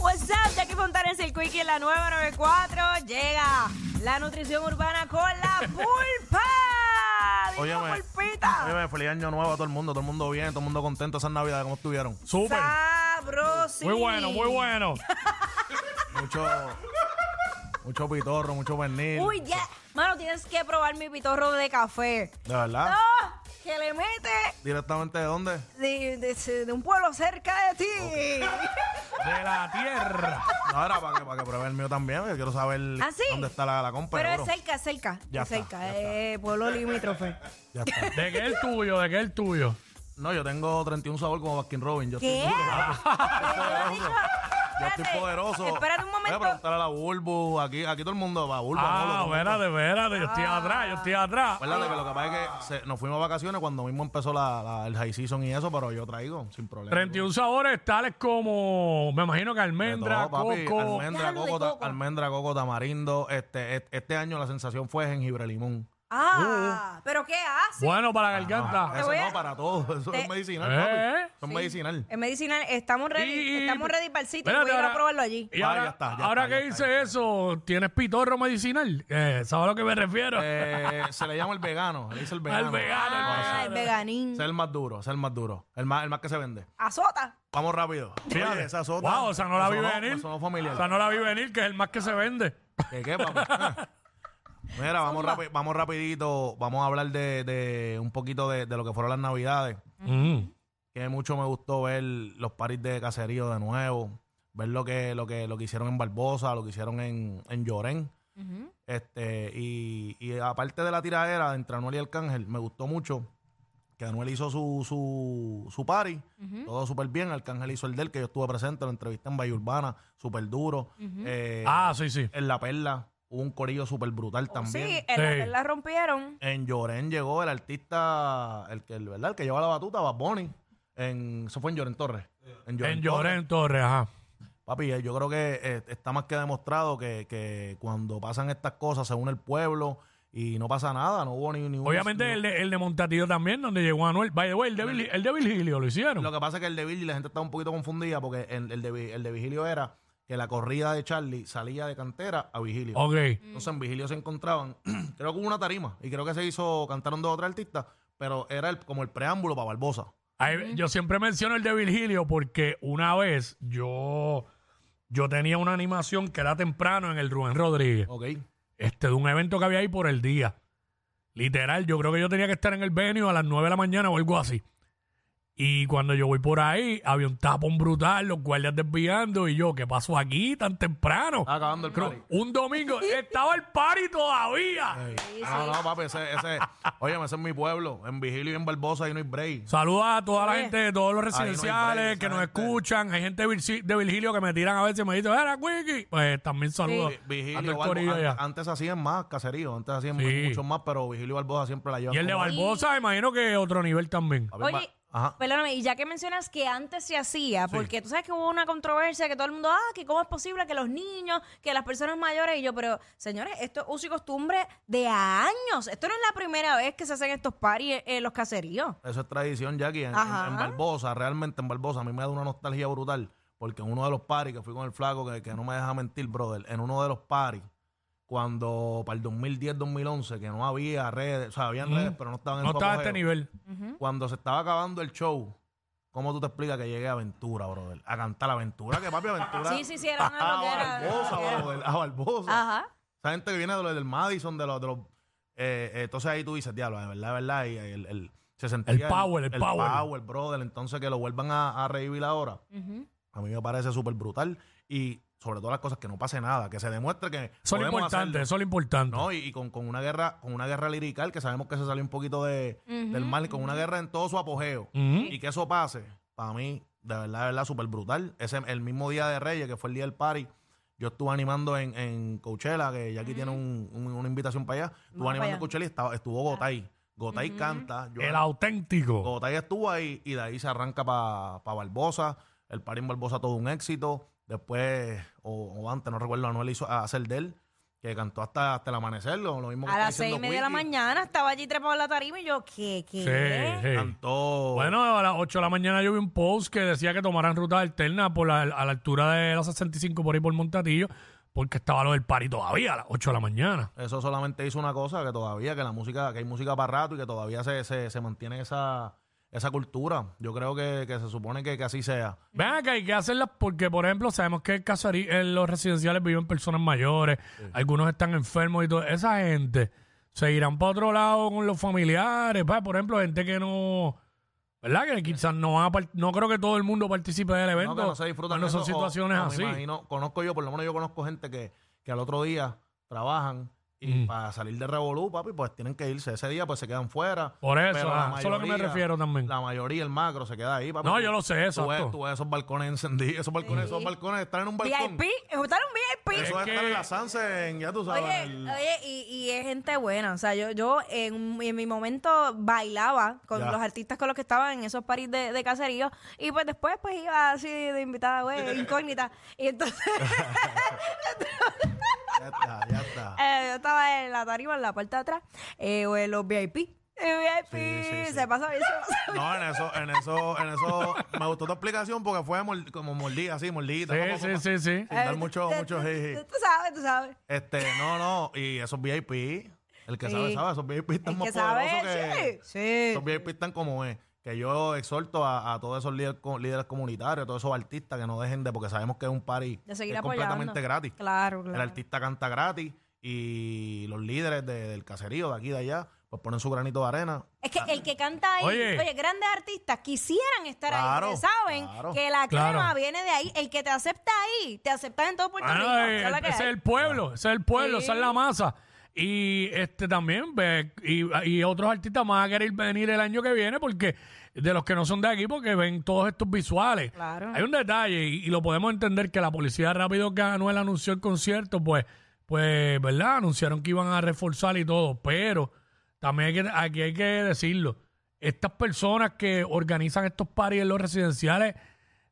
what's up? Jackie Fontanes, el Quickie en la 994. Llega la nutrición urbana con la pulpa. Oye, Dime, me- pulpita. Óyeme, feliz año nuevo a todo el mundo, todo el mundo bien, todo el mundo contento esas navidades, ¿cómo estuvieron? Súper. Sabrosín. Muy bueno, muy bueno. Mucho, mucho pitorro, mucho pernil. Uy, ya. Mano, tienes que probar mi pitorro de café. ¿De verdad? No, que le mete ¿Directamente de dónde? de, de- de un pueblo cerca de ti. De la tierra. No, era para que, para que pruebe el mío también, yo quiero saber ¿Ah, sí? dónde está la, la compra. Pero es bro. cerca, es cerca. Ya es está, cerca, ya eh, pueblo limítrofe. Ya está. ¿De qué el tuyo? ¿De qué el tuyo? No, yo tengo 31 sabor como Baskin Robin. Yo ¿Qué? Estoy duro. yo estoy Espérate, poderoso. Espérate un Voy a momento. preguntar a la Bulbu, aquí, aquí todo el mundo va, Bulbu. Ah, Manolo, todo el mundo. espérate, espérate. Yo estoy atrás, yo estoy atrás. Acuérdate que lo que pasa es que se- nos fuimos a vacaciones cuando mismo empezó la, la- el high season y eso, pero yo traigo, sin problema. 31 sabores tales como, me imagino que De almendra, todo, papi. coco. almendra, Déjalo de coco, ta- coco. almendra, coco, tamarindo. Este, et- este año la sensación fue jengibre limón. Ah, pero ¿qué hace? Bueno, para la garganta. Eso voy a- no para todo, eso Te- es medicinal, Ah. ¿Eh? papi. Eso es Sí. medicinal. Es medicinal, estamos ready, Y- estamos ready para el sitio. espérate, Voy a ir a ahora- probarlo allí. Y Ah, ahora, ya está, ya está, ahora ya que está, hice ya eso, ¿tienes pitorro medicinal? Eh, ¿Sabes a lo que me refiero? Eh, se le llama el vegano, le dice el vegano. vegano, Por eso. Ah, el veganín. Ese Es el más duro, ese es el más duro. El más, el más que se vende. Azota. Vamos rápido. Fíjate. Oye, esa es otra. wow, o sea, no la Eso vi no, venir. eso no familiar. Eh. O sea, no la vi venir, que es el más que se vende. ¿Qué, qué, papi? Mira, vamos, rapi- vamos rapidito, vamos a hablar de, de un poquito de, de lo que fueron las navidades. Mm. que mucho me gustó ver los paris de caserío de nuevo, ver lo que, lo que, lo que hicieron en Barbosa, lo que hicieron en, en Llorén. Este, y, y aparte de la tiradera entre Anuel y Arcángel, me gustó mucho que Anuel hizo su, su, su party, todo súper bien. Arcángel hizo el del que yo estuve presente, lo entrevisté en Valle Urbana, súper duro. Eh, Ah, sí, sí. En La Perla hubo un corillo súper brutal también. Oh, Sí, en la Sí. que la rompieron. En Llorén llegó el artista, el que, el, ¿verdad? El que lleva la batuta, Bad Bunny. En, eso fue en Llorén Torres. En Torres. Llorén Torres, ajá. Papi, eh, yo creo que eh, está más que demostrado que, que cuando pasan estas cosas se une el pueblo y no pasa nada, no hubo ni, ni un- Obviamente ni- el de, el de Montatillo también, donde llegó Anuel. By the way, el de, Vil- el de Virgilio lo hicieron. Lo que pasa es que el de Virgilio la gente estaba un poquito confundida porque el, el de, Vi- el de Vigilio era que la corrida de Charlie salía de cantera a Vigilio. Ok. Entonces en Vigilio se encontraban, creo que hubo una tarima y creo que se hizo, cantaron dos o tres artistas, pero era el- como el preámbulo para Barbosa. Ahí- Yo siempre menciono el de Virgilio porque una vez yo, yo tenía una animación que era temprano en el Rubén Rodríguez, Ok. este, de un evento que había ahí por el día. Literal, yo creo que yo tenía que estar en el venio a las 9 de la mañana o algo así. Y cuando yo voy por ahí, había un tapón brutal, los guardias desviando y yo, ¿qué pasó aquí tan temprano? Está acabando el Creo- party. un domingo, estaba el party todavía. Ey. Sí, No, sí. no, papi, ese, ese, óyeme, ese es mi pueblo. En Vigilio y en Barbosa ahí no hay break. Saluda a toda la Oye. gente de todos los no hay break, residenciales que esa nos gente. escuchan. Hay gente de Virgi- de Virgilio que me tiran a veces y me dicen, ¡Era Quickie! Pues también saludo. Vi- a todo Vigilio, el Barbo- corillo an- allá. antes hacían más caserío, antes hacían Sí. muchos más, pero Vigilio y Barbosa siempre la llevan. Y el de como- Barbosa, imagino que otro nivel también. Papi, Oye, ma- ajá. perdóname, y ya que mencionas que antes se hacía, porque tú sabes que hubo una controversia que todo el mundo, ah, que cómo es posible que los niños, que las personas mayores, y yo, pero señores, esto es uso y costumbre de años. Esto no es la primera vez que se hacen estos paris en, en los caseríos. Eso es tradición, Jackie. En, en- Ajá. en Barbosa, realmente en Barbosa, a mí me da una nostalgia brutal. Porque en uno de los paris que fui con el flaco, que, que no me deja mentir, brother, en uno de los paris, cuando para el 2010, 2011, que no había redes, o sea, habían redes, pero no estaban en Mm. No su estaba a apogeo. este nivel. cuando se estaba acabando el show, ¿cómo tú te explicas que llegué a Aventura, brother? A cantar Aventura, que papi, Aventura. Sí, sí, sí, era una a loquera, una Barbosa, loquera. brother, a Barbosa. Ajá. Esa gente que viene de los, del Madison, de los. De los eh, eh, entonces ahí tú dices, diablo, de verdad, de verdad. Y el, el- se sentía. El power, el power. brother. Entonces que lo vuelvan a, a revivir ahora. Ujú. A mí me parece súper brutal. Y sobre todas las cosas, que no pase nada, que se demuestre que. Eso es lo podemos importante, hacerlo. eso es lo importante. ¿no? Y, y con, con una guerra, con una guerra lirical que sabemos que se salió un poquito de, del mal, con una guerra en todo su apogeo. Ujú. Y que eso pase, para mí, de verdad, de verdad, súper brutal. Ese, el mismo día de Reyes, que fue el día del party, yo estuve animando en, en Coachella, que ya aquí tiene un- un- una invitación para allá. Estuve Vamos para animando allá. Ah. en Coachella y estaba- estuvo Gotay. Gotay canta. yo- El auténtico. Gotay estuvo ahí y de ahí se arranca para Barbosa. El party en Barbosa todo un éxito. Después, o, o antes, no recuerdo, Anuel hizo a hacer de él. que cantó hasta, hasta el amanecer, lo, lo mismo que A está las seis y diciendo media de la Quickie. mañana estaba allí trepado en la tarima y yo, ¿qué? ¿Qué? Sí, sí. Cantó. Bueno, a las 8 de la mañana yo vi un post que decía que tomaran ruta alterna por la, a la altura de la 65 por ahí por Montatillo, porque estaba lo del pari todavía a las 8 de la mañana. Eso solamente hizo una cosa, que todavía, que la música, que hay música para rato y que todavía se, se, se mantiene esa, esa cultura. Yo creo que, que se supone que, que así sea. Ven acá, hay que hacerlas porque, por ejemplo, sabemos que el caserí- en los residenciales viven personas mayores, algunos están enfermos y todo. Esa gente se irán para otro lado con los familiares, pa, por ejemplo, gente que no... ¿Verdad? Que quizás no va a part- No creo que todo el mundo participe del evento. No, que no se disfrutan cuando son eso, o- situaciones o me así. imagino, conozco yo, por lo menos yo conozco gente que, que al otro día trabajan y Mm. para salir de Revolú, papi, pues tienen que irse. Ese día pues se quedan fuera. Por eso, Pero la ah, eso es a lo que me mayoría- refiero también. La mayoría, el macro, se queda ahí, papi. No, yo lo sé, Tú ves, exacto. tú ves esos balcones encendidos, esos balcones, Sí. esos balcones, estar en Pues un balcón. VIP, estar en Pues Eso un VIP. es, Es estar que- en la Sansen, ya tú sabes. Oye, el- oye y, y es gente buena. O sea, yo, yo en, en mi momento bailaba con Ya. los artistas con los que estaban en esos paris de, de caserío. Y pues después pues iba así de invitada, güey, incógnita. Y entonces Ya está, ya está. eh, yo estaba en la tarima, en la parte de atrás, eh, o en los VIP. El VIP, Sí, sí, sí. se pasa bien, se pasa bien. No, en eso, en eso, en eso, me gustó tu explicación porque fue mol- como mordida, así, mordida. Sí, sí, sí, sí. Sin dar mucho, Tú- mucho tú- jiji. tú- Tú sabes, tú sabes. Este, no, no, y esos VIP, el que Sí. sabe, sabe, esos VIP están El más que sabe, poderosos que... sí. Esos sí. VIP están como es, que yo exhorto a, a todos esos líderes, co- líderes comunitarios, a todos esos artistas que no dejen de, porque sabemos que es un party De seguir que es apoyando. completamente gratis. Claro, El claro. artista canta gratis y los líderes de- del caserío, de aquí y de allá, pues ponen su granito de arena. Es que el que canta ahí, oye, Oye. grandes artistas quisieran estar Claro, ahí, porque saben claro. que la crema Claro. viene de ahí. El que te acepta ahí, te acepta en todo Puerto Ah, Rico. no, Esa eh, es la que ese es hay. el pueblo, ese es el pueblo, esa es la masa. Y este también, ve, y, y otros artistas van a querer venir el año que viene porque de los que no son de aquí, porque ven todos estos visuales. Claro. Hay un detalle, y, y lo podemos entender, que la policía rápido que Anuel anunció el concierto, pues, pues, ¿verdad? Anunciaron que iban a reforzar y todo, pero también hay que, aquí hay que decirlo, estas personas que organizan estos parties en los residenciales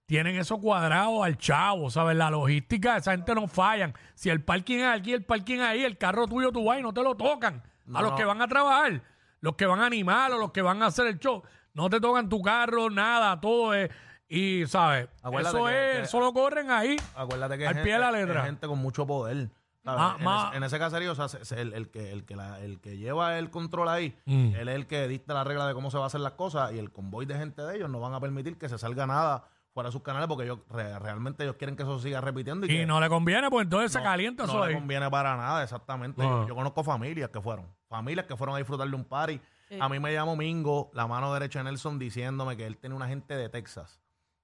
tienen eso cuadrado al chavo, ¿sabes? La logística, esa gente no fallan. Si el parking es aquí, el parking es ahí, el carro tuyo tú vas y no te lo tocan. a los que van a trabajar, los que van a animar o los que van a hacer el show, no te tocan tu carro, nada, todo es... Y, ¿sabes? Acuérdate eso que- es, que- solo corren ahí. Acuérdate que Al es pie de la gente- letra. es gente con mucho poder. ¿sabes? Ah, en, ma- ese- en ese caserío, o sea, se- se- el, el que, el, que la- el que lleva el control ahí, Mm. él es el que dicta la regla de cómo se va a hacer las cosas y el convoy de gente de ellos no van a permitir que se salga nada fuera de sus canales porque ellos re- realmente ellos quieren que eso siga repitiendo y, Y que no le conviene, pues entonces se calienta no eso le ahí. conviene para nada, exactamente. No. Yo, yo conozco familias que fueron, familias que fueron a disfrutar de un party. A mí me llamó Mingo, la mano derecha de Nelson, diciéndome que él tenía una gente de Texas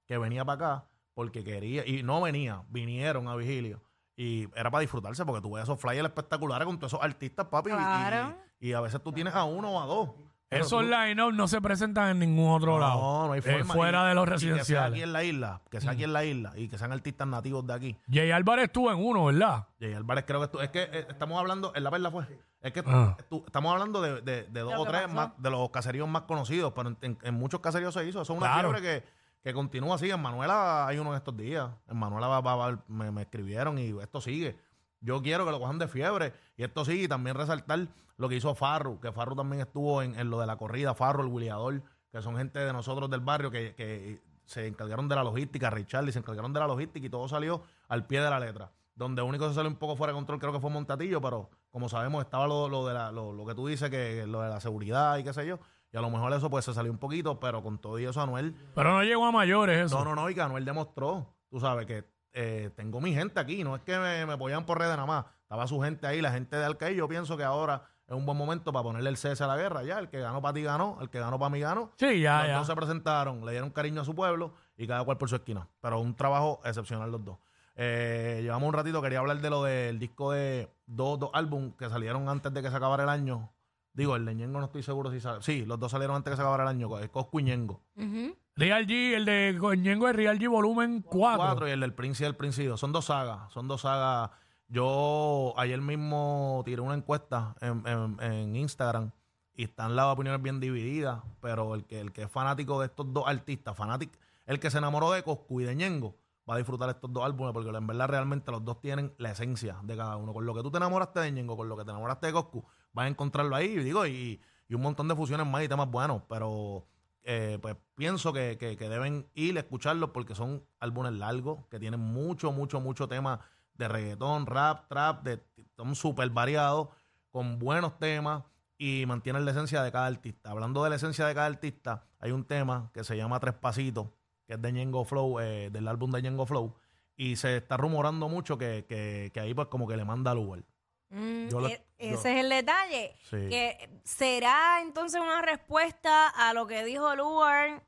que venía para acá porque quería, y no venía, vinieron a Vigilio. Y era para disfrutarse porque tú ves esos flyers espectaculares con todos esos artistas, papi. y- y- Claro. Y, a veces tú tienes a uno o a dos. Pero Esos tú- line-up no se presentan en ningún otro lado. no, no hay Eh, forma. fuera Y- de Mm. los y Que sea aquí residenciales. en la isla, que sea aquí en la isla y que sean artistas nativos de aquí. Jay Álvarez estuvo en uno, ¿verdad? Jay Álvarez, creo que estu- es que eh, estamos hablando, en la perla fue. Es que Ah. estu- estamos hablando de, de- de dos Lo o que tres pasó. más, de los caseríos más conocidos, pero en, en- en muchos caseríos se hizo. Eso es una Claro. fiebre que, que continúa así. En Manuela hay uno en estos días. En Manuela va- va- va- me, me escribieron y esto sigue. Yo quiero que lo cojan de fiebre y esto sigue. Y también resaltar lo que hizo Farru, que Farru también estuvo en, en lo de la corrida, Farru, el Williador, que son gente de nosotros del barrio que, que se encargaron de la logística, Richard, y se encargaron de la logística y todo salió al pie de la letra. Donde único se salió un poco fuera de control creo que fue Montatillo, pero como sabemos estaba lo, lo de la, lo, lo que tú dices, que lo de la seguridad y qué sé yo. Y a lo mejor eso pues se salió un poquito, pero con todo y eso Anuel... Pero no llegó a mayores eso. No, no, no, y que Anuel demostró, tú sabes, que eh, tengo mi gente aquí, no es que me, me apoyan por redes nada más. Estaba su gente ahí, la gente de Alcaí. Yo pienso que ahora es un buen momento para ponerle el cese a la guerra. Ya, el que ganó para ti ganó, el que ganó para mí ganó. Sí, Los ya, ya. dos se presentaron, le dieron cariño a su pueblo y cada cual por su esquina. Pero un trabajo excepcional los dos. Eh, llevamos un ratito, quería hablar de lo del disco de dos, dos álbumes que salieron antes de que se acabara el año. Digo, el de Ñengo no estoy seguro si sale. Sí, los dos salieron antes de que se acabara el año, el Coscu y Ñengo. Ujú. Real G, el de Coñengo es Real G volumen 4. Cuatro y el del Prince y el Prince y dos. Son dos sagas, son dos sagas. Yo ayer mismo tiré una encuesta en, en- en Instagram y están las opiniones bien divididas, pero el que, el que es fanático de estos dos artistas, fanático, el que se enamoró de Coscu y de Ñengo, va a disfrutar estos dos álbumes porque en verdad realmente los dos tienen la esencia de cada uno. Con lo que tú te enamoraste de Ñengo, con lo que te enamoraste de Coscu, vas a encontrarlo ahí, y digo, y, y un montón de fusiones más y temas buenos, pero eh, pues pienso que, que- que deben ir a escucharlos porque son álbumes largos, que tienen mucho, mucho, mucho tema de reggaetón, rap, trap, de, son súper variados, con buenos temas y mantienen la esencia de cada artista. Hablando de la esencia de cada artista, hay un tema que se llama Tres Pasitos, que es de Ñengo Flow, eh, del álbum de Ñengo Flow, y se está rumorando mucho que, que- que ahí pues como que le manda al Uber. Mm, Yo lo- e- yo- ese es el detalle. Sí. Que será entonces una respuesta a lo que dijo Lugar.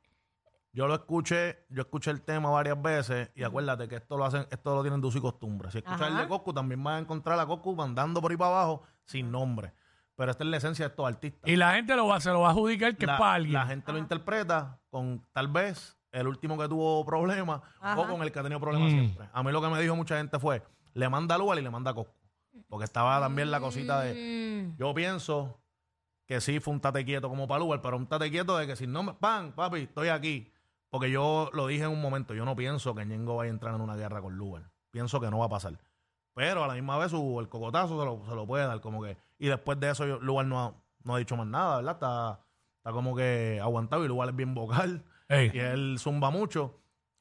Yo lo escuché, yo escuché el tema varias veces y acuérdate que esto lo hacen, esto lo tienen de uso y costumbre. Si escuchas el Ajá. de Goku, también vas a encontrar a Goku mandando por ahí para abajo sin nombre. Pero esta es la esencia de estos artistas. Y la gente lo va, se lo va a adjudicar que la, es para alguien. la gente lo interpreta con tal vez el último que tuvo problemas Ajá. o con el que ha tenido problemas Mm. siempre. A mí lo que me dijo mucha gente fue, le manda a Lugar y le manda a Goku. Porque estaba Ah, también la cosita de... Mm. Yo pienso que sí fue un tate quieto como para Uber, pero un tate quieto de que si no me. ¡Pam! Papi, estoy aquí. Porque yo lo dije en un momento, yo no pienso que Ñengo vaya a entrar en una guerra con Luber. Pienso que no va a pasar. Pero a la misma vez su, el cocotazo se lo, se lo puede dar, como que. Y después de eso, yo- Lugar no ha, no ha dicho más nada, ¿verdad? Está, está como que aguantado y Lugar es bien vocal Ey. y él zumba mucho.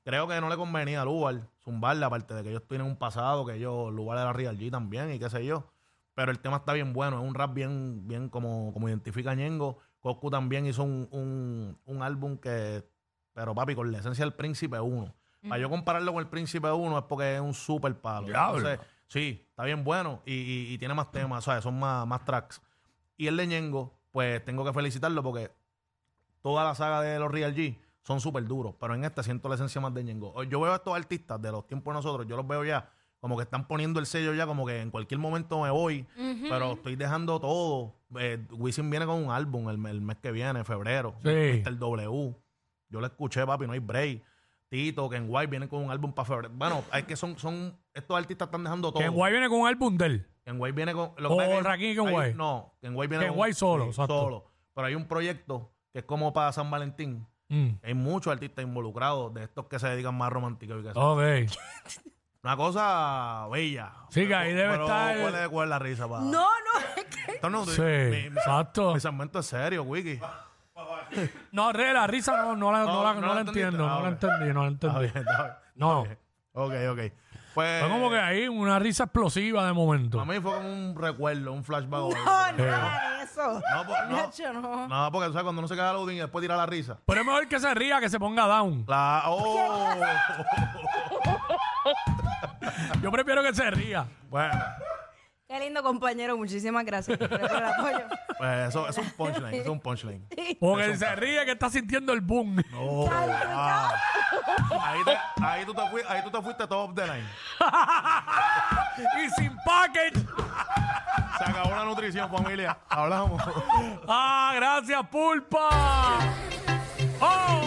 Creo que no le convenía a Lugar zumbarla, aparte de que ellos tienen un pasado, que ellos, Lugar era Real G también y qué sé yo. Pero el tema está bien bueno, es un rap bien, bien como, como identifica a Ñengo. Coscu también hizo un, un, un álbum que, pero papi, con la esencia del Príncipe 1. Para Ah, yo compararlo con el Príncipe 1 es porque es un super palo. Diablo. sí, está bien bueno y, y- y tiene más temas, o sea, son más, más tracks. Y el de Ñengo, pues tengo que felicitarlo porque toda la saga de los Real G son súper duros, pero en esta siento la esencia más de Ñengo. O- Yo veo a estos artistas de los tiempos de nosotros, yo los veo ya como que están poniendo el sello ya, como que en cualquier momento me voy, Ujú. pero estoy dejando todo. Eh, Wisin viene con un álbum el, el mes que viene, en febrero, Sí. el W. Yo lo escuché, papi, no hay break. Tito, Ken White vienen con un álbum para febrero. Bueno, es que son, son, estos artistas están dejando todo. Que en Guay viene con un álbum de él. Ken White viene con. lo O que pasa es que hay- Rakim y Ken hay- White. No, Ken White viene Ken con- White solo, exacto. solo. Pero hay un proyecto que es como para San Valentín. Mm. Hay muchos artistas involucrados de estos que se dedican más románticos. y que- Ok. Una cosa bella. Sí, que ahí debe Pero estar- huele de cuál la risa. Pa. No, no, es que. Esto no- Sí, mi, mi- exacto. mi segmento es serio, Wiki. No, re, la risa no, no la, no, No, la, no no la la entendiste. entiendo, Ah, no la ok. entendí, no la Está entendí. bien, está bien. No, Ok, ok. Pues. fue como que ahí una risa explosiva de momento. Eh, A mí fue como un recuerdo, un flashback. o algo. No, no hagan eso. No, po- no. Nacho, no. No, porque tú sabes, cuando uno se queda loading y después tira la risa. Pero es mejor que se ría que se ponga down. La. ¡Oh! Yo prefiero que se ría. bueno, Qué lindo compañero, muchísimas gracias por el apoyo. pues eso es un punchline, es un punchline. Porque se ríe que está sintiendo el boom. Oh, wow. ahí, te- ahí tú te fui- ahí tú te fuiste top of the line. y sin package. Se acabó la nutrición, familia. Hablamos. Ah, gracias, pulpa. Oh.